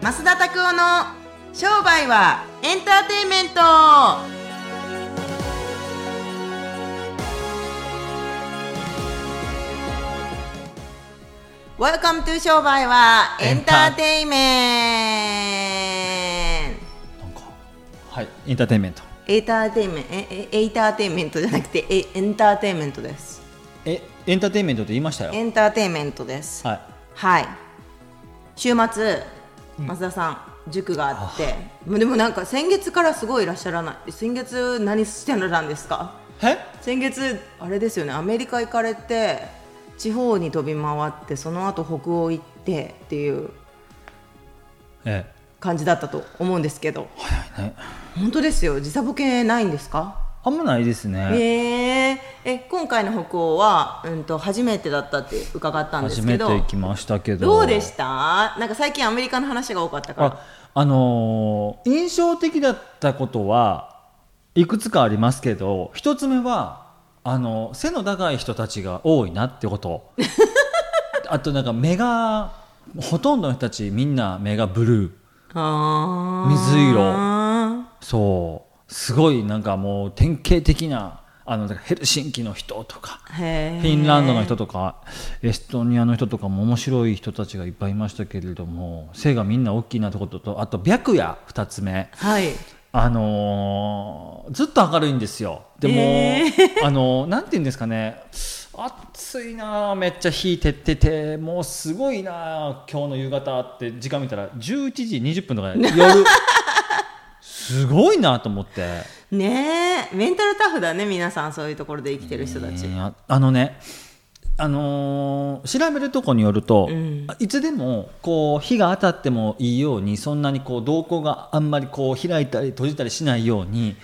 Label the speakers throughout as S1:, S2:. S1: 増田拓夫の商売はエンターテインメントワ e カムトゥ商売はエンターテインメント
S2: なんかはいエンターテインメント
S1: エンターテインメントええエンターテインメントじゃなくてえエンターテインメントです
S2: えエンターテインメントって言いましたよ
S1: エンターテインメントです
S2: はい
S1: はい週末増田さん、塾があってでもなんか先月からすごいいらっしゃらない先月何してたんですか
S2: え
S1: 先月あれですよねアメリカ行かれて地方に飛び回ってその後北欧行ってっていう
S2: え
S1: 感じだったと思うんですけど
S2: 早いね
S1: 本当ですよ時差ボケないんですか
S2: あんまないですね
S1: へええ今回の北欧は、うん、と初めてだったって伺ったんです
S2: 初
S1: け
S2: めて
S1: ど
S2: 行きましたけど
S1: どうでしたなんか最近アメリカの話が多かったから
S2: ああのー印象的だったことはいくつかありますけど一つ目はあの背の高い人たちが多いなってこと あとなんか目がほとんどの人たちみんな目がブルー
S1: あー
S2: 水色そうすごいなんかもう典型的なあのだからヘルシンキの人とか
S1: へえ
S2: フィンランドの人とかエストニアの人とかも面白い人たちがいっぱいいましたけれども背がみんな大きいなってこととあと白夜2つ目
S1: はい
S2: あのーずっと明るいんですよでも、
S1: え
S2: あのーなんて言うんですかね暑いなあめっちゃ火照っててもうすごいなあ今日の夕方って時間見たら11時20分とかで夜すごいなと思って。
S1: ねえメンタルタフだね皆さんそういうところで生きてる人たち、
S2: えーああのねあのー調べるとこによると、
S1: うん
S2: いつでもこう火が当たってもいいようにそんなにこう瞳孔があんまりこう開いたり閉じたりしないように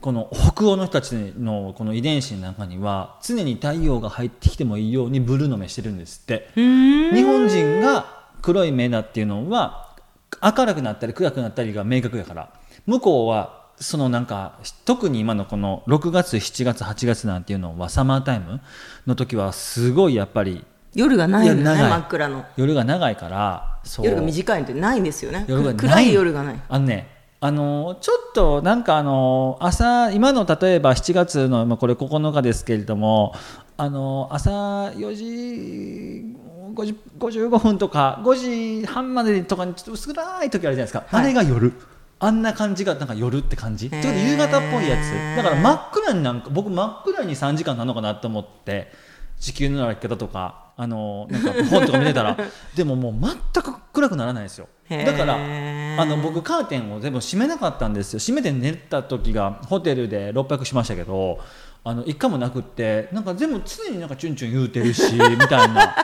S2: この北欧の人たちのこの遺伝子の中には常に太陽が入ってきてもいいようにブルーの目してるんですって。
S1: うーん
S2: 日本人が黒い目だっていうのは明るくなったり暗くなったりが明確やから向こうはそのなんか特に今のこの6月7月8月なんていうのはサマータイムの時はすごいやっぱり
S1: 夜がないよね
S2: いや長い
S1: 真っ暗の
S2: 夜が長いからそう
S1: 夜が短いのってないんですよね
S2: 夜がない
S1: 暗い夜がない
S2: あのねあのちょっとなんかあの朝今の例えば7月のまあこれ9日ですけれどもあの朝4時50 55分とか5時半までとかにちょっと薄暗い時あるじゃないですか、
S1: はい
S2: あれが夜あんな感じがなんか夜って感じ
S1: ー
S2: ちょっと夕方っぽいやつだから真っ暗になんか僕真っ暗に3時間なのかなと思って地球の歩き方とかあのなんか本とか見て たらでももう全く暗くならないんですよ
S1: へー
S2: だからあの僕カーテンを全部閉めなかったんですよ閉めて寝た時がホテルで6泊しましたけどあの一回もなくってなんか全部常になんかチュンチュン言うてるしみたいな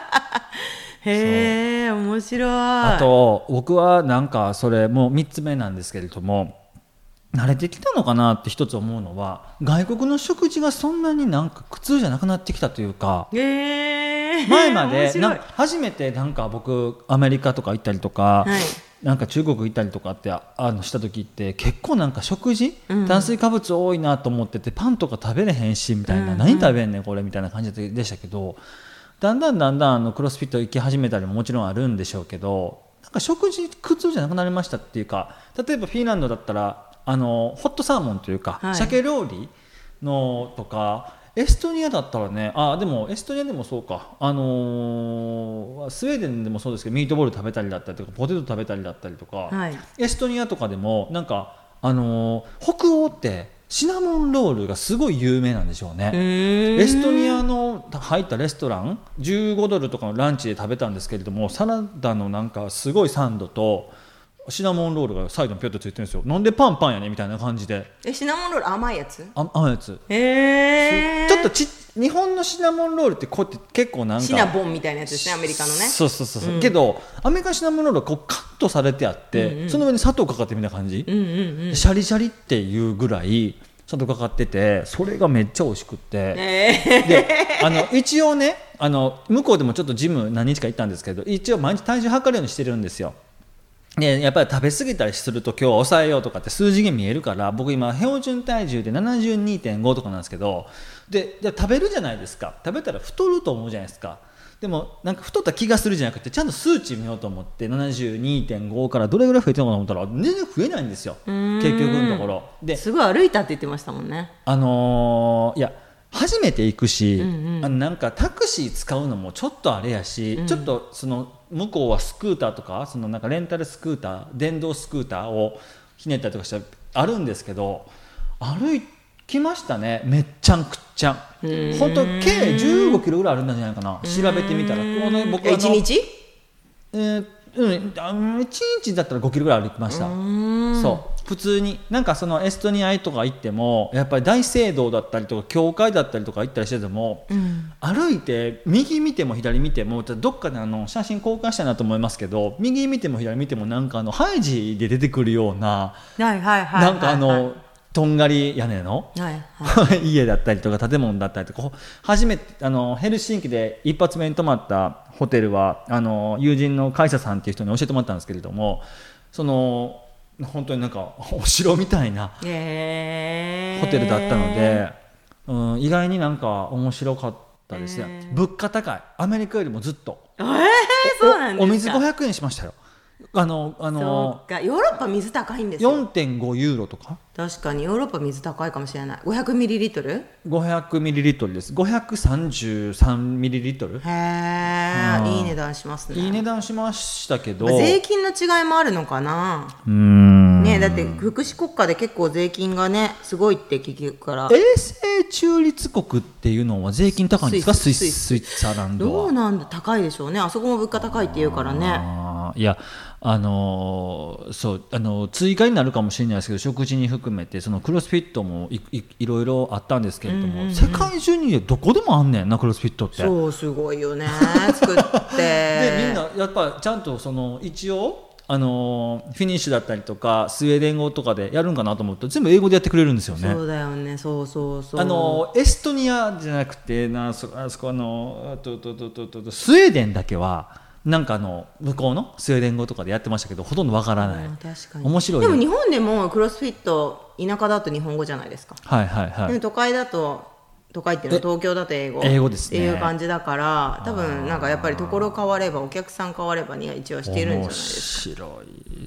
S1: へえ面白い
S2: あ
S1: あ
S2: と僕はなんかそれもう3つ目なんですけれども慣れてきたのかなって一つ思うのは外国の食事がそんなになんか苦痛じゃなくなってきたというか
S1: へえ
S2: 前まで
S1: 面白
S2: ないんか初めてなんか僕アメリカとか行ったりとか、
S1: はい
S2: なんか中国行ったりとかってああのした時って結構なんか食事、
S1: うん
S2: 炭水化物多いなと思っててパンとか食べれへんしみたい
S1: う
S2: な、
S1: ん
S2: 何食べんねんこれみたいな感じでしたけどだんだんだんだんあのクロスフィット行き始めたりももちろんあるんでしょうけどなんか食事苦痛じゃなくなりましたっていうか例えばフィンランドだったらあのホットサーモンというか、
S1: はい
S2: 鮭料理のとかエストニアだったらねあでもエストニアでもそうか、あのースウェーデンでもそうですけどミートボール食べたりだったりとかポテト食べたりだったりとか、
S1: はい
S2: エストニアとかでもなんか、あのー北欧ってシナモンロールがすごい有名なんでしょうね。
S1: エ
S2: エストニアの入ったレストラン15ドルとかのランチで食べたんですけれどもサラダのなんかすごいサンドとシナモンロールがサイドにピョッとついてるんですよなんでパンパンやねみたいな感じで
S1: えシナモンロール甘いやつ
S2: ああのやつ
S1: へえ
S2: ちょっとち日本のシナモンロールってこうやって結構なんか
S1: シナボンみたいなやつですねアメリカのね
S2: そうそうそうそう、
S1: うん
S2: けどアメリカのシナモンロールはこうカットされてあって、
S1: うんうん
S2: その上に砂糖かかってるみたいな感じ、
S1: うんうんうん
S2: シャリシャリっていうぐらい砂糖かかっててそれがめっちゃ美味しくって、
S1: え
S2: であの一応ねあの向こうでもちょっとジム何日か行ったんですけど一応毎日体重測るようにしてるんですよ。でやっぱり食べ過ぎたりすると今日は抑えようとかって数字に見えるから僕今標準体重で72.5とかなんですけどでで食べるじゃないですか食べたら太ると思うじゃないですかでもなんか太った気がするじゃなくてちゃんと数値見ようと思って72.5からどれぐらい増えてるのかなと思ったら全然増えないんですよ
S1: ーん
S2: 結局のところです
S1: ごい歩いたって言ってましたもんね
S2: あのーいや初めて行くし、
S1: うんうん
S2: あのなんかタクシー使うのもちょっとあれやし、
S1: うん
S2: ちょっとその向こうはスクーターとかそのなんかレンタルスクーター電動スクーターをひねったりとかしたらあるんですけど歩きましたねめっちゃんくっちゃん
S1: ーん
S2: 本当計1 5キロぐらい歩んだんじゃないかな調べてみたらこの僕あの
S1: 1日
S2: えーうん、あ1日だったら5キロぐらい歩きました
S1: うーん
S2: そう普通になんかそのエストニアとか行ってもやっぱり大聖堂だったりとか教会だったりとか行ったりしてても、
S1: うん
S2: 歩いて右見ても左見てもどっかであの写真交換したいなと思いますけど右見ても左見てもなんかあのハイジで出てくるような、
S1: はいはいはい
S2: なんかあの、とんがり屋根の。
S1: はいはい、
S2: 家だったりとか建物だったりとかほ初めてあのヘルシンキで一発目に泊まったホテルはあの友人のカイサさんっていう人に教えてもらったんですけれどもその本当になんかお城みたいな
S1: へー
S2: ホテルだったので、うん、意外になんか面白かったですね、
S1: へ
S2: 物価高いアメリカよりもずっと
S1: えー、そうなんですか
S2: おお水500円しましたよあのあ
S1: そ
S2: の
S1: うかヨーロッパ水高いんですよ
S2: 4.5ユーロとか
S1: 確かにヨーロッパ水高いかもしれない500ミリリットルへ
S2: 500ミリリットルです533ミリリットル
S1: え
S2: うん
S1: いい値段しますね
S2: いい値段しましたけど、
S1: まあ税金の違いもあるのかな
S2: うーん
S1: ねだって福祉国家で結構税金がねすごいって聞くから
S2: 衛星中立国っていうのは税金高いんですかス
S1: ス
S2: イ
S1: イ
S2: ス
S1: ス
S2: スイッツァランド
S1: ど
S2: は
S1: うなんだ高いでしょうねあそこも物価高いって言うからね
S2: あーいやあのーそうあのー追加になるかもしれないですけど食事に含めてそのクロスフィットもいいいろいろあったんですけれども、世界中にどこでもあんねんなクロスフィットって。
S1: そうすごいよ ね作って
S2: でみんなやっぱちゃんとその一応あのーフィニッシュだったりとかスウェーデン語とかでやるんかなと思ったら全部英語でやってくれるんですよね。
S1: そうだよねそうそうそう
S2: あのエストニアじゃなくてなそあそこあのあととととととスウェーデンだけはなんかあの向こうのスウェーデン語とかでやってましたけどほとんどわからない
S1: あー確かに
S2: 面白い
S1: で
S2: ね
S1: も日本でもクロスフィット田舎だと日本語じゃないですか、
S2: はいはいは
S1: で
S2: い
S1: も都会だと都会っていうのは東京だと英語
S2: 英語ですね
S1: っていう感じだから多分なんかやっぱりところ変わればお客さん変わればには一応しているんじゃないですか
S2: 面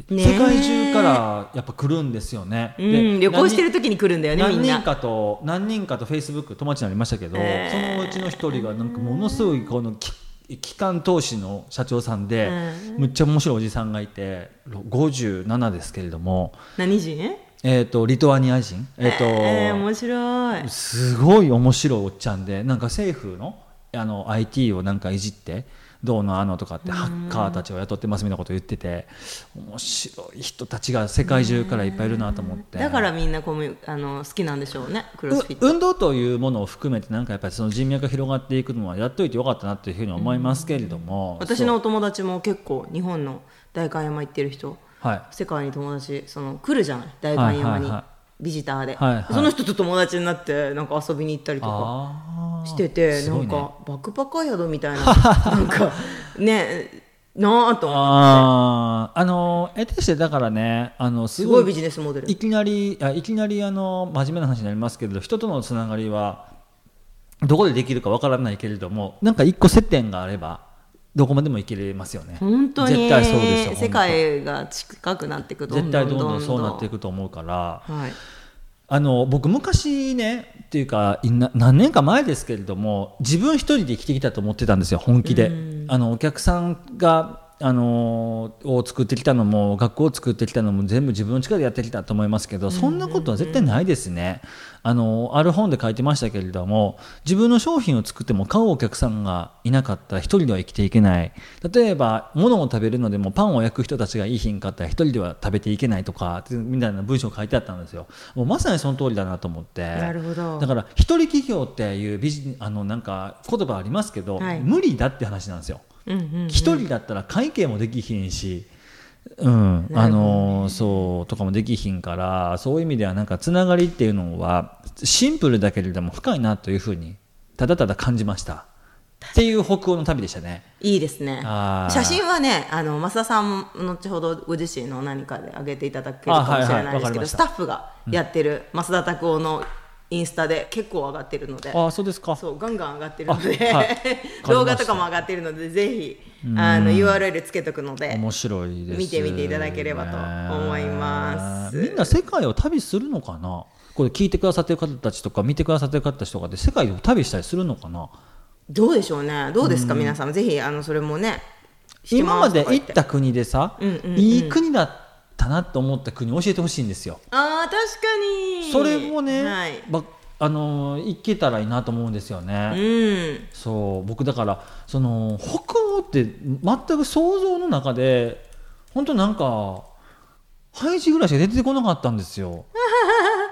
S2: 白い、
S1: ねえ
S2: 世界中からやっぱ来るんですよね、
S1: うん、旅行してる
S2: と
S1: 時に来るんだよねみ
S2: 何
S1: ん
S2: 人
S1: な
S2: かと何人かとフェイスブック友達になりましたけど、
S1: ええ
S2: そのうちの一人がなんかものすごいこのき機関投資の社長さんで、むっちゃ面白いおじさんがいて57ですけれども、
S1: 何人
S2: えー、とリトアニア人、えーと
S1: えー、面白い
S2: すごい面白いおっちゃんでなんか政府のあの IT をなんかいじってどうのあのとかってハッカーたちを雇ってますみたいなこと言ってて面白い人たちが世界中からいっぱいいるなと思って
S1: だからみんなこうあの好きなんでしょうねクロ
S2: う
S1: スフィット
S2: 運動というものを含めてなんかやっぱりその人脈が広がっていくのはやっといてよかったなというふうに思いますけれども
S1: 私のお友達も結構日本の代官山行ってる人
S2: そうはい
S1: 世界に友達その来るじゃない代官山
S2: はいはい
S1: に
S2: は
S1: ビジターで、
S2: はいはい
S1: その人と友達になってなんか遊びに行ったりとか
S2: あー
S1: してて、
S2: す
S1: な
S2: ごい
S1: ん
S2: ね
S1: かバックパッカー宿みたいな なんかねなあと思って
S2: あーあの得てしてだからねあのす
S1: す
S2: ご
S1: ご
S2: い
S1: いビジネスモデル
S2: いきなりあいきなりあの真面目な話になりますけれど人とのつながりはどこでできるかわからないけれどもなんか一個接点があればどこまでもいけれますよね
S1: 本当に
S2: 絶対そうですよ
S1: 世界が近くなっていくどん
S2: 本当絶
S1: ど
S2: 対
S1: ん
S2: ど
S1: ど
S2: ん
S1: ん
S2: どんそうなってい
S1: い
S2: くと思うから
S1: く、はい、
S2: あの僕昔ねっていうかいな何年か前ですけれども自分一人で生きてきたと思ってたんですよ本気で、あのお客さんがあのを作ってきたのも学校を作ってきたのも全部自分の力でやってきたと思いますけど、そんなことは絶対ないですねあのある本で書いてましたけれども自分の商品を作っても買うお客さんがいなかったら一人では生きていけない例えば物を食べるのでもパンを焼く人たちがいい品買ったら一人では食べていけないとかっていうみたいな文章書いてあったんですよもうまさにその通りだなと思って
S1: なるほど
S2: だから一人企業っていうビジあのなんか言葉ありますけど、
S1: はい
S2: 無理だって話なんですよ
S1: うんうんうん
S2: 一、人だったら会計もできひんしうん、
S1: な
S2: あ
S1: るほどね
S2: のそうとかもできひんからそういう意味ではなんかつながりっていうのはシンプルだけれども深いなというふうにただただ感じましたっていう北欧の旅でしたね
S1: いいですね
S2: あー
S1: 写真はねあの増田さんも後ほどご自身の何かで上げていただける
S2: あ
S1: か
S2: はい
S1: も
S2: はい
S1: しれないですけど、
S2: わかりまし
S1: ス
S2: た
S1: タッフがやってる増田拓夫のイインスタで結構上がってるので
S2: ああそうですか
S1: そうガンガン上がってるので、
S2: あはい
S1: 動画とかも上がってるのでぜひあの URL つけとくので
S2: 面白いです
S1: 見てみていただければと思います
S2: みんな世界を旅するのかなこれ聞いてくださってる方たちとか見てくださってる方たちとかで世界を旅したりするのかな
S1: どうでしょうねどうですか、皆さんぜひあのそれもね
S2: 今まで行っ
S1: あ
S2: た国でさ、
S1: うんうんうん
S2: いい国だったなと思った国教えてほしいんですよ
S1: あー確かに
S2: それもね、
S1: はい、
S2: ばあのー行けたらいいなと思うんですよね、
S1: うん
S2: そう僕だからその北欧って全く想像の中で本当なんかハイジぐらいしか出てこなかったんで すよ。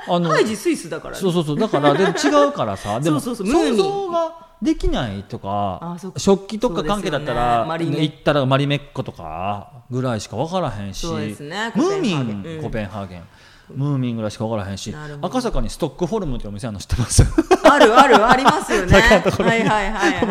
S2: あの
S1: ハイジスイスだからね
S2: そうそうそうだからでも違うか らさでも
S1: そうそうそうムーミン
S2: 想像ができないとか
S1: あそっか
S2: 食器とか関係だったら、
S1: そうですよねマリメ
S2: 行ったらマリメッコとかぐらいしか分からへんし、
S1: そうですね
S2: ムーミ
S1: コペンハーゲンう
S2: ン
S1: ん
S2: コペンハーゲン、ムーミンぐらいしか分からへんし
S1: なるほど
S2: 赤坂にストックホルムってお店あるの知ってます
S1: あるあるありますよね。
S2: 高いところ
S1: は
S2: に
S1: いはいはいはい。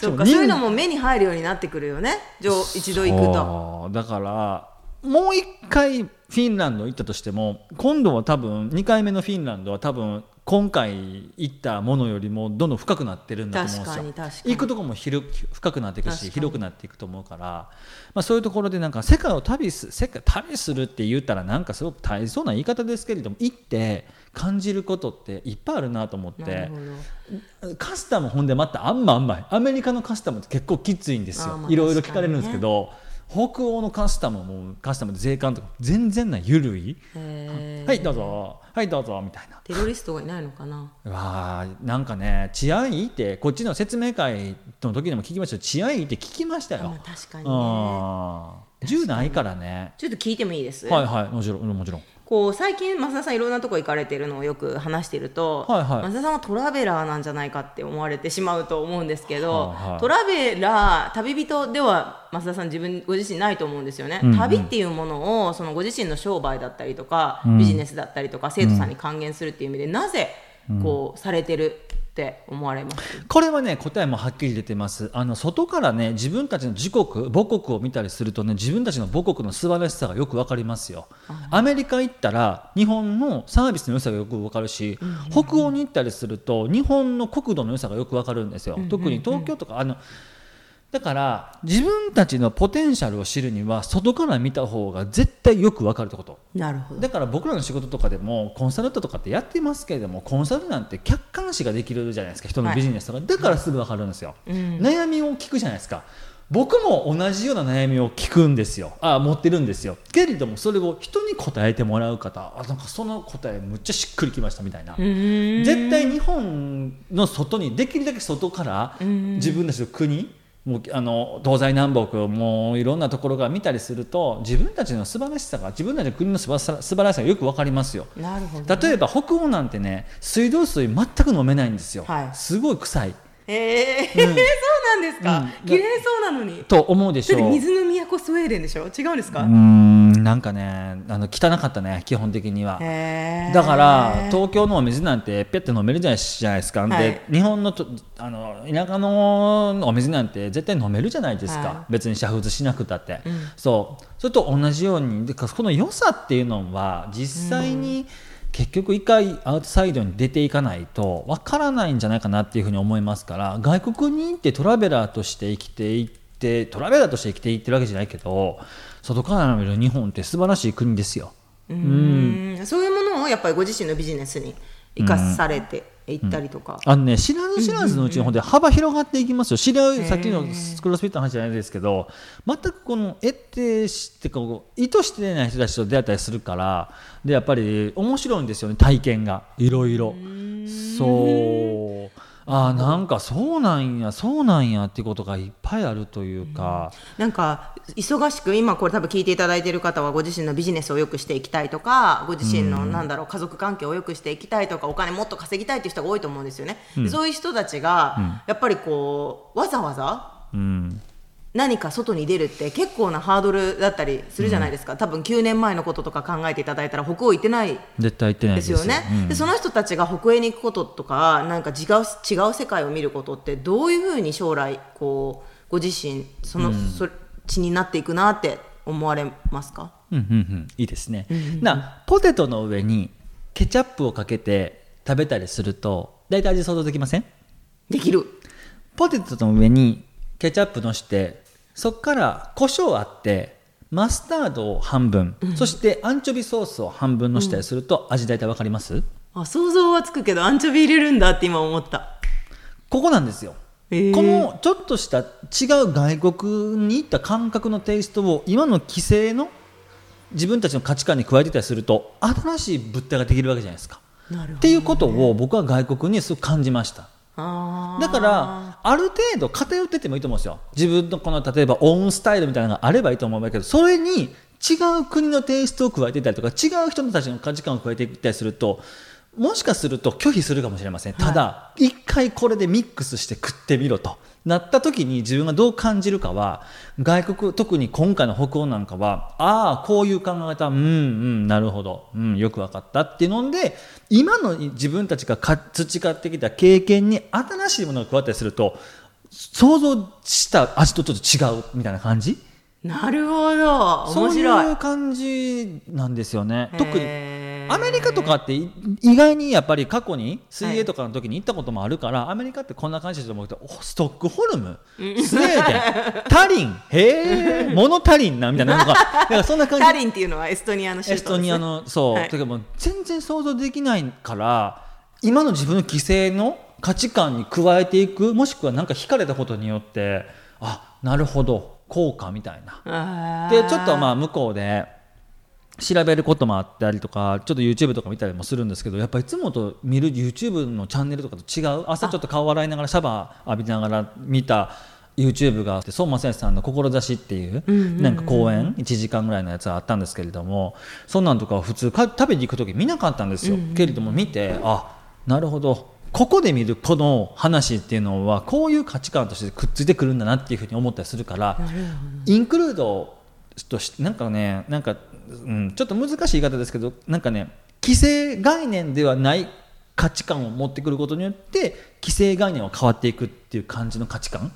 S1: そっか
S2: 人
S1: そういうのも目に入るようになってくるよね。じゃあ一度行くと。
S2: そうだからもう一回フィンランド行ったとしても今度は多分2回目のフィンランドは多分今回行ったものよりもどんどん深くなってるんだと思うんです
S1: 確
S2: よ
S1: かに確かに
S2: 行くとこも広く深くなっていく
S1: 確か
S2: し
S1: に
S2: 広くなっていくと思うから、まあ、そういうところでなんか世界を旅す世界旅するって言ったらなんかすごく大変そうな言い方ですけれども行って感じることっていっぱいあるなと思っ
S1: なる
S2: て
S1: ほど。
S2: カスタムほんでまたあんまあんまいアメリカのカスタムって結構きついんです
S1: あー
S2: よ、
S1: まあ
S2: いろいろ聞かれるんですけど、北欧のカスタムもカスタム税関とか全然ない緩い、
S1: へー
S2: はいどう。ぞはいどうぞみたいな。
S1: テロリストがいないのかな。
S2: わあなんかね治安いいってこっちの説明会の時でも聞きましたよ治安いいって聞きましたよ、
S1: まあ確かにね。
S2: うん銃ないからね
S1: ちょっと聞いてもいいです。
S2: はいはいもちろんもちろん
S1: こう最近増田さんいろんなとこ行かれてるのをよく話してると、
S2: はいはい
S1: 増田さんはトラベラーなんじゃないかって思われてしまうと思うんですけど、
S2: はいはい
S1: トラベラー旅人では増田さん自分ご自身ないと思うんですよね、
S2: うんうん
S1: 旅っていうものをそのご自身の商売だったりとか、
S2: うん
S1: ビジネスだったりとか生徒さんに還元するっていう意味で、なぜこうされてるって思われます、
S2: これはね答えもはっきり出てますあの外からね自分たちの自国母国を見たりするとね自分たちの母国の素晴らしさがよくわかりますよアメリカ行ったら日本のサービスの良さがよくわかるし、北欧に行ったりすると日本の国土の良さがよくわかるんですよ、特に東京とかあのだから自分たちのポテンシャルを知るには外から見た方が絶対よくわかるってこと
S1: なるほど
S2: だから僕らの仕事とかでもコンサルタントとかってやってますけれどもコンサルなんて客観視ができるじゃないですか人のビジネスとか、だからすぐ分かるんですよ、
S1: うん
S2: 悩みを聞くじゃないですか僕も同じような悩みを聞くんですよあ持ってるんですよけれどもそれを人に答えてもらう方あなんかその答えむっちゃしっくりきましたみたいな、絶対日本の外にできるだけ外から自分たちの国もうあの東西南北もういろんなところから見たりすると自分たちの素晴らしさが自分たちの国の素晴らしさ素晴らしさがよくわかりますよ。
S1: なるほど
S2: 例えば北欧なんてね水道水全く飲めないんですよ、
S1: はい
S2: すごい臭い
S1: えー そうなんですか、
S2: うん
S1: 綺麗そうなのに
S2: と思うでし
S1: だって
S2: ょう
S1: 水の都スウェーデンでしょ違うんですか、
S2: うーんなんかねあの汚かったね基本的には
S1: へー
S2: だから東京のお水なんてペッて飲めるじゃないじゃないですか、
S1: はい
S2: で日本のとあの田舎のお水なんて絶対飲めるじゃないですか、
S1: は
S2: 別に煮沸しなくたって、
S1: うん
S2: そうそれと同じようにでかこの良さっていうのは実際に結局一回アウトサイドに出ていかないとわからないんじゃないかなっていうふうに思いますから外国に行ってトラベラーとして生きていってトラベラーとして生きていってるわけじゃないけど外から見る日本って素晴らしい国ですよ。
S1: うんそういうものをやっぱりご自身のビジネスに生かされていったりとか、
S2: あのね、知らず知らずのうちのほんで幅広がっていきますよ、知ら
S1: へー
S2: さっきのクロスフィットの話じゃないですけど全くこの得てしてこう意図してない人たちと出会ったりするからでやっぱり面白いんですよね体験がいろいろそうあーなんかそうなんやそうなんやっていうことがいっぱいあるというか、
S1: なんか忙しく今これ多分聞いていただいている方はご自身のビジネスを良くしていきたいとかご自身のなんだろう家族関係を良くしていきたいとかお金もっと稼ぎたいっていう人が多いと思うんですよね、そういう人たちがやっぱりこうわざわざ
S2: うん、
S1: 何か外に出るって結構なハードルだったりするじゃないですか、多分9年前のこととか考えていただいたら北欧行ってない
S2: 絶対言ってない
S1: で
S2: です
S1: よ
S2: す
S1: ね
S2: うん
S1: でその人たちが北米に行くこととかなんか違う違う世界を見ることってどういうふうに将来こうご自身その、そ地になっていくなって思われますか
S2: うんうんうん、いいですね、なポテトの上にケチャップをかけて食べたりすると大体味想像できません
S1: できる
S2: ポテトの上にケチャップのしてそっから胡椒あってマスタードを半分、そしてアンチョビソースを半分のしたりすると味大体わかります、
S1: あ想像はつくけどアンチョビ入れるんだって今思った、
S2: ここなんですよ
S1: えー
S2: このちょっとした違う外国に行った感覚のテイストを今の規制の自分たちの価値観に加えてたりすると新しい物体ができるわけじゃないですか。
S1: なるほど
S2: っていうことを僕は外国にすごく感じました。
S1: あー
S2: だからある程度偏っててもいいと思うんですよ自分のこの例えばオンスタイルみたいなのがあればいいと思うんだけどそれに違う国のテイストを加えていたりとか違う人たちの価値観を加えていったりするともしかすると拒否するかもしれませんただ一、回これでミックスして食ってみろとなった時に自分がどう感じるかは外国特に今回の北欧なんかはああこういう考え方うんうんなるほど、うん、よく分かったっていうので今の自分たちがか培ってきた経験に新しいものが加わったりすると想像した味とちょっと違うみたいな感じ
S1: なるほど面
S2: そうい
S1: 白いう
S2: 感じなんですよね特に
S1: へー
S2: アメリカとかってい意外にやっぱり過去に水泳とかの時に行ったこともあるから、アメリカってこんな感じだと思うけどおストックホルムスウェーデンタリンへえ物足りんなみたいなのがなんかそんな感じ
S1: タリンっていうのはエストニアの州
S2: エストニアのそう、
S1: はい
S2: てかもう全然想像できないから今の自分の規制の価値観に加えていくもしくはなんか惹かれたことによってあなるほどこうかみたいなでちょっとま
S1: あ
S2: あ向こうで調べることもあったりとかちょっと YouTube とか見たりもするんですけどやっぱいつもと見る YouTube のチャンネルとかと違う朝ちょっと顔洗いながらシャワー浴びながら見た YouTube があって相馬先生さんの「志」っていうなんか公演1時間ぐらいのやつがあったんですけれどもそんなんとかは普通か食べに行く時見なかったんですよけれども見てあなるほどここで見るこの話っていうのはこういう価値観としてくっついてくるんだなっていうふうに思ったりするからインクルードとしなんかねなんか、うん、ちょっと難しい言い方ですけどなんかね規制概念ではない価値観を持ってくることによって規制概念は変わっていくっていう感じの価値観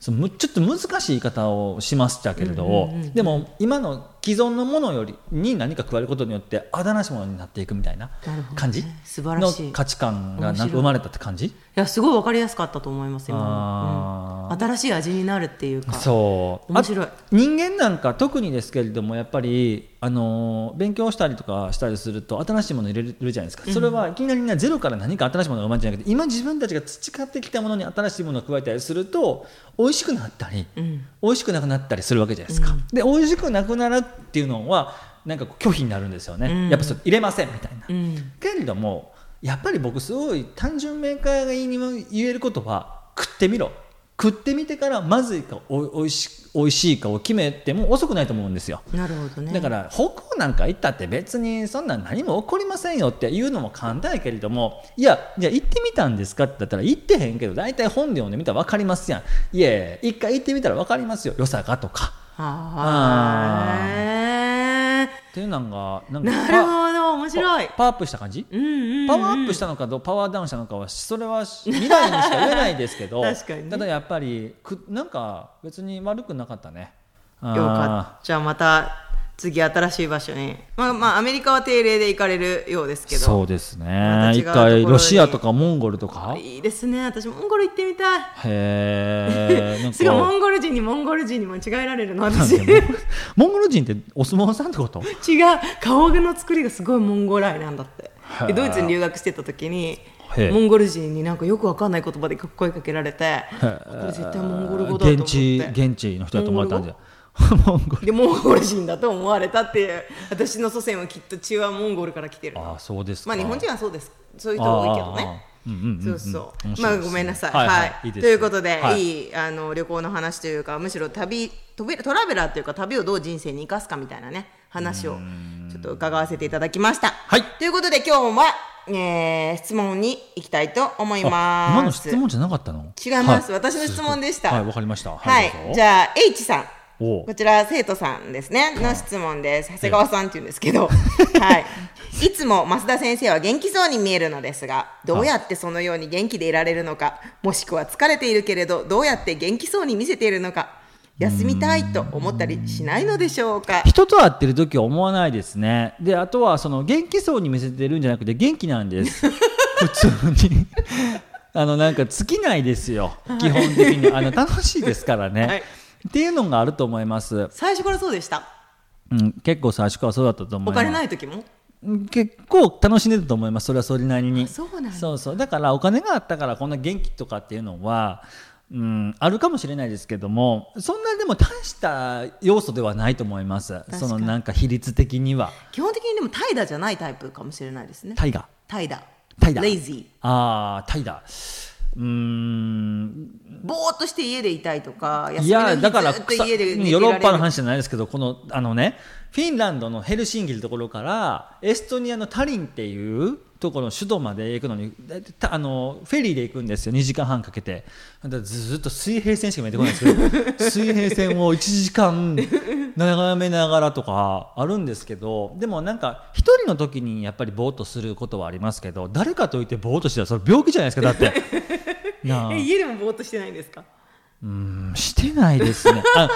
S2: そのむちょっと難しい言い方をしましたけれど、でも今の既存のものよりに何か加えることによって新しいものになっていくみたいな
S1: なるほどね
S2: 感じ
S1: 素晴ら
S2: の
S1: しいい
S2: 価値観がなん
S1: 面
S2: か
S1: 白い
S2: 生まれたって感じ
S1: やすごいわかりやすかったと思います今の、
S2: あ
S1: うん新しい味になるっていうか
S2: ーそう
S1: 面白い
S2: 人間なんか特にですけれどもやっぱり、あのー勉強したりとかしたりすると新しいもの入れるじゃないですかそれはいきなりねゼロから何か新しいものが生まれるんじゃなくて今自分たちが培ってきたものに新しいものを加えたりすると美味しくなったり、
S1: うん
S2: 美味しくなくなったりするわけじゃないですか、で美味しくなくなるっていうのはなんかこう拒否になるんですよね、
S1: うん
S2: やっぱそれ入れませんみたいな、
S1: うん
S2: けれどもやっぱり僕すごい単純明快がにも言えることは食ってみろ食ってみてからまずいかおおいしおいしいかを決めても遅くないと思うんですよ。
S1: なるほどね
S2: だから北欧なんか行ったって別にそんなん何も起こりませんよっていうのも簡単やけれどもいやじゃあ行ってみたんですかって言ったら行ってへんけど大体本で読んでみたら分かりますやんいやいや一回行ってみたら分かりますよ良さがとか
S1: はーい
S2: っていうのがなんか
S1: なるほど面白い
S2: パワーアップした感じ
S1: うんうんうん
S2: パワーアップしたのかどうパワーダウンしたのかはそれは未来にしか言えないですけ ど
S1: 確かにね
S2: ただやっぱりくなんか別に悪くなかったねよ
S1: よかったじゃあまた次新しい場所にまあまあアメリカは定例で行かれるようですけど
S2: そうです
S1: また
S2: ね
S1: 違う
S2: 一
S1: ところに
S2: 回ロシアとかモンゴルとかへ
S1: いいですね私モンゴル行ってみたい
S2: えなん
S1: すごいモ
S2: か
S1: ンゴル人にモンゴル人に間違えられるの
S2: なん
S1: 私違
S2: で
S1: う
S2: ねモンゴル人ってお相撲さんってこと
S1: 顔の作りがすごいモンゴライなんだって
S2: へー
S1: でドイツに留学してた時に
S2: へー
S1: モンゴル人になんかよくわかんない言葉で声かけられてこれ絶対モンゴル語だと思
S2: 現地
S1: って
S2: 現地の人だと思われたんじゃモンゴル
S1: でモンゴル人だと思われたっていう私の祖先はきっと血はモンゴルから来てる
S2: ああそうですか
S1: まあ日本人はそうですそういう人多いけど
S2: ああああ
S1: ね。
S2: うんうんうん
S1: そ
S2: うん
S1: うそう、
S2: 面白
S1: ま
S2: い
S1: あ
S2: ですね
S1: ごめんなさい、は
S2: はいいはいいいですね
S1: ということで、
S2: はい
S1: い、いあの旅行の話というかむしろ旅トベトラベラーというか旅をどう人生に生かすかみたいなね話をちょっと伺わせていただきました。
S2: はい
S1: ということで今日は、えー質問に行きたいと思いま
S2: あ
S1: す。
S2: 今の質問じゃなかったの
S1: 違います、
S2: は
S1: 私の質問でした。
S2: はいわかりました
S1: はい、
S2: どうぞ
S1: じゃあ H さん
S2: おう
S1: こちら生徒さんですねの質問です長谷川さんって言うんですけど はいいつも増田先生は元気そうに見えるのですがどうやってそのように元気でいられるのかもしくは疲れているけれどどうやって元気そうに見せているのか休みたいと思ったりしないのでしょうか
S2: 人と会って る時は思わないですねであとはその元気そうに見せてるんじゃなくて元気なんです普通に あのなんか尽きないですよ基本的にあの楽しいですからね、
S1: はい
S2: っていうのがあると思います、
S1: 最初からそうでした
S2: うん、結構最初からそうだったと思
S1: お
S2: います
S1: 金ない時も
S2: うん結構楽しんでたと思いますそれはそれなりに
S1: あそうなんだ
S2: そうそうだからお金があったからこんな元気とかっていうのは、うん、あるかもしれないですけどもそんなでも大した要素ではないと思います
S1: かに
S2: そのなんか比率的には
S1: 基本的にでも怠惰じゃないタイプかもしれないですね
S2: タイガ
S1: 怠惰
S2: 怠惰
S1: レイジー
S2: あータイだうーん
S1: ぼーっとして家でいたいとか休
S2: い
S1: みの
S2: や
S1: 日
S2: だから
S1: ずっ
S2: く
S1: と
S2: さ
S1: 家で寝てられる
S2: ヨーロッパの話じゃないですけどこのあのねフィンランドのヘルシンギのところからエストニアのタリンっていうところの首都まで行くのにだいたいあのフェリーで行くんですよ2時間半かけてだからずっと水平線しか見えてこないんですけ ど水平線を1時間眺めながらとかあるんですけどでもなんか一人の時にやっぱりぼーっとすることはありますけど誰かといってぼーっとしてたらそれ病気じゃないですかだって。 な あ
S1: え家でもぼーっとしてないんですか
S2: うーんしてないですね。 あ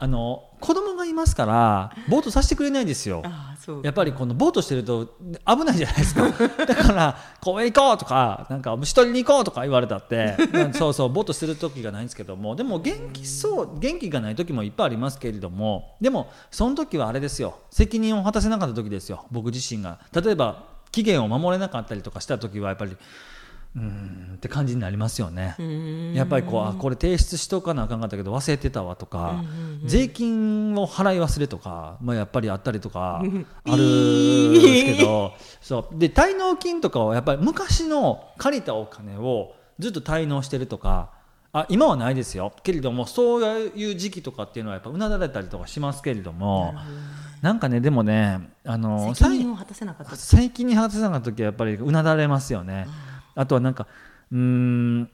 S2: あの子供がいますからボートさせてくれないんですよ。
S1: ああそう
S2: やっぱりこのボートしてると危ないじゃないですか だから公園行こうとかなんか虫取りに行こうとか言われたってなんそうそうボートする時がないんですけどもでも元気そう元気がない時もいっぱいありますけれどもでもその時はあれですよ責任を果たせなかった時ですよ僕自身が例えば期限を守れなかったりとかした時はやっぱりうーんって感じになりますよね。やっぱりこうあこれ提出しとかなあかんかったけど忘れてたわとか、税金を払い忘れとか、まあ、やっぱりあったりとかあるんですけどそうで滞納金とかはやっぱり昔の借りたお金をずっと滞納してるとかあ今はないですよけれどもそういう時期とかっていうのはやっぱうなだれたりとかしますけれどもなんかねでもねあの
S1: 責任を果たせなかったです
S2: 最近に話せなかった時はやっぱりうなだれますよね。あとはなんかうーん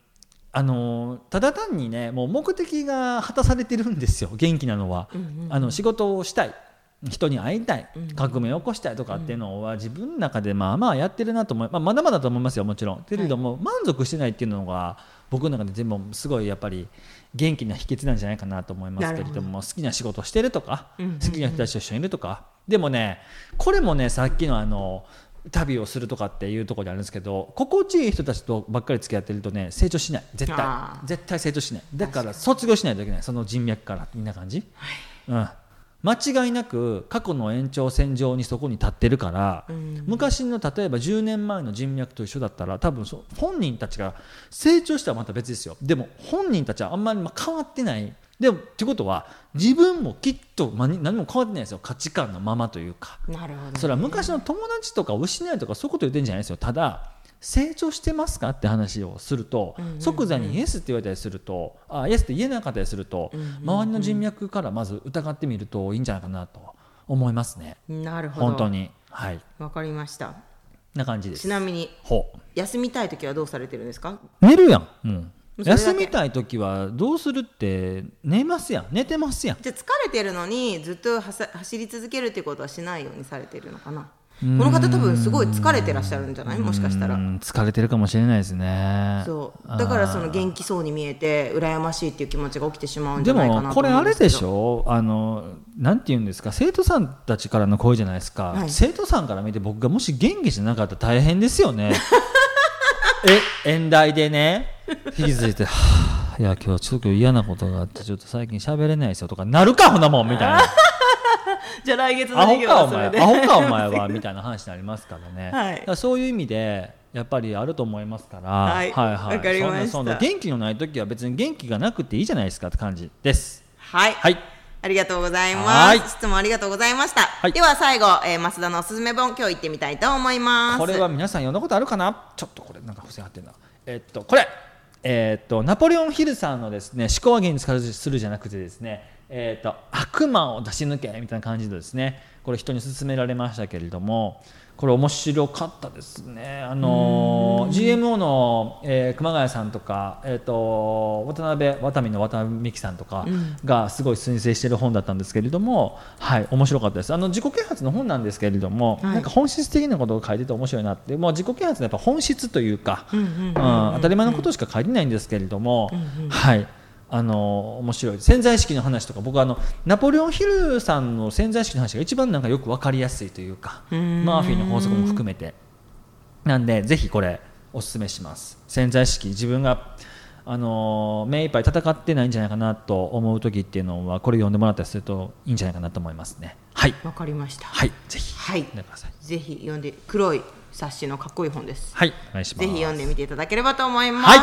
S2: あのただ単にねもう目的が果たされてるんですよ元気なのは、あの仕事をしたい人に会いたい革命を起こしたいとかっていうのは自分の中でまあまあやってるなと思い、まあ、まだまだと思いますよもちろんけれども、満足してないっていうのが僕の中で全部すごいやっぱり元気な秘訣なんじゃないかなと思いますけれ
S1: なる
S2: ど
S1: ほ
S2: も好きな仕事してるとか、
S1: うんうんうん
S2: 好きな人たちと一緒にいるとかでもねこれもねさっきのあの旅をするとかっていうところであるんですけど心地いい人たちとばっかり付き合ってるとね成長しない絶対
S1: あー
S2: 絶対成長しないだから卒業しないといけないその人脈からみんな感じ、うん、間違いなく過去の延長線上にそこに立ってるから、
S1: うん
S2: 昔の例えば10年前の人脈と一緒だったら多分そう本人たちが成長したらまた別ですよでも本人たちはあんまりまあ変わってないでもってことは自分もきっとまあに何も変わってないですよ価値観のままというか
S1: なるほどね
S2: それは昔の友達とかを失いとかそういうこと言ってるんじゃないですよただ成長してますかって話をすると、
S1: うんうんうん
S2: 即座にイエスって言われたりするとあイエスって言えなかったりすると、
S1: うんうんうん
S2: 周りの人脈からまず疑ってみるといいんじゃないかなと思いますね
S1: なるほど
S2: 本当にはい
S1: わかりました
S2: な感じです
S1: ちなみに
S2: ほう
S1: 休みたい時はどうされてるんですか
S2: 寝るやん、うん、
S1: それだけ
S2: 休みたい時はどうするって寝ますやん寝てますやん
S1: じゃあ疲れてるのにずっとはさ走り続けるっていうことはしないようにされてるのかなこの方多分すごい疲れてらっしゃるんじゃないもしかした
S2: う
S1: ら
S2: ん疲れてるかもしれないですね
S1: そうだからその元気そうに見えて羨ましいっていう気持ちが起きてしまうんじ
S2: で
S1: ゃないか
S2: も
S1: なと
S2: こ
S1: 思
S2: れ
S1: う
S2: あ
S1: んで
S2: れ
S1: すけ
S2: で
S1: ど
S2: しょあのなんて言うんですか生徒さんたちからの声じゃないですか、
S1: はい
S2: 生徒さんから見て僕がもし元気じゃなかったら大変です よねえ演題でね引きずいて「はあいや今日ちょっと嫌なことがあってちょっと最近喋れないですよ」とか「なるかほなもん」みたいな
S1: じゃあ来月
S2: 「
S1: の
S2: ア
S1: 授
S2: ホ
S1: 業
S2: かお
S1: はそ
S2: 前
S1: れで
S2: アホかお前は」みたいな話になりますからね、
S1: はい
S2: だからそういう意味でやっぱりあると思いますから、
S1: はいわかりました
S2: そんなそんな元気のない時は別に元気がなくていいじゃないですかって感じです
S1: はい
S2: はい
S1: ありがとうござい
S2: は
S1: ま
S2: い
S1: す質問ありがとうございました、
S2: い
S1: では最後、えー、増田のおすすめ本今日行ってみたいと思います
S2: これは皆さん読んだことあるかなちょっとこれなんか付箋あってんなえっとこれえっとナポレオンヒルさんのですね思考は芸に使うするじゃなくてですねえっと悪魔を出し抜けみたいな感じでですねこれ人に勧められましたけれどもこれ面白かったですねあの GMO の、えー熊谷さんとか、えー、と渡辺渡美の渡辺美樹さんとかがすごい推薦してる本だったんですけれども、はい面白かったですあの自己啓発の本なんですけれども、
S1: はい
S2: なんか本質的なことを書いてて面白いなって、まあ、自己啓発のやっぱ本質というか
S1: うんうんうんうん
S2: うん当たり前のことしか書いてないんですけれども、はいあの面白い潜在意識の話とか僕はあのナポレオンヒルさんの潜在意識の話が一番なんかよく分かりやすいというか
S1: うーん
S2: マーフィーの法則も含めてなんでぜひこれおすすめします潜在意識自分があのー目いっぱい戦ってないんじゃないかなと思う時っていうのはこれ読んでもらったりするといいんじゃないかなと思いますねはい
S1: わかりました。
S2: はいぜひ
S1: はい
S2: 読んでください
S1: ぜひ読んで黒い冊子のかっこいい本です。
S2: はいお願いします
S1: ぜひ読ん
S2: で
S1: でみていただければと思います。
S2: はい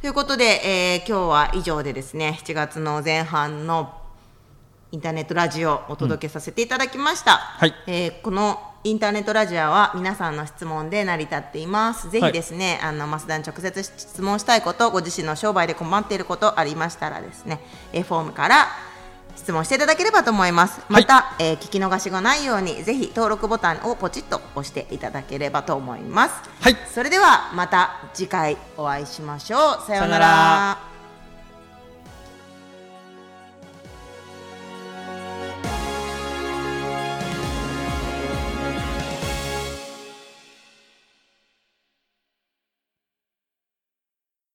S1: ということで、えー今日は以上でですね7月の前半のインターネットラジオをお届けさせていただきました、
S2: い
S1: えーこのインターネットラジオは皆さんの質問で成り立っていますぜひですね、あの増田に直接質問したいことご自身の商売で困っていることありましたらですねえーフォームから質問していただければと思いますまた、えー聞き逃しがないようにぜひ登録ボタンをポチッと押していただければと思います
S2: はい
S1: それではまた次回お会いしましょう。さよう
S2: さよ
S1: な
S2: うなら
S1: ら。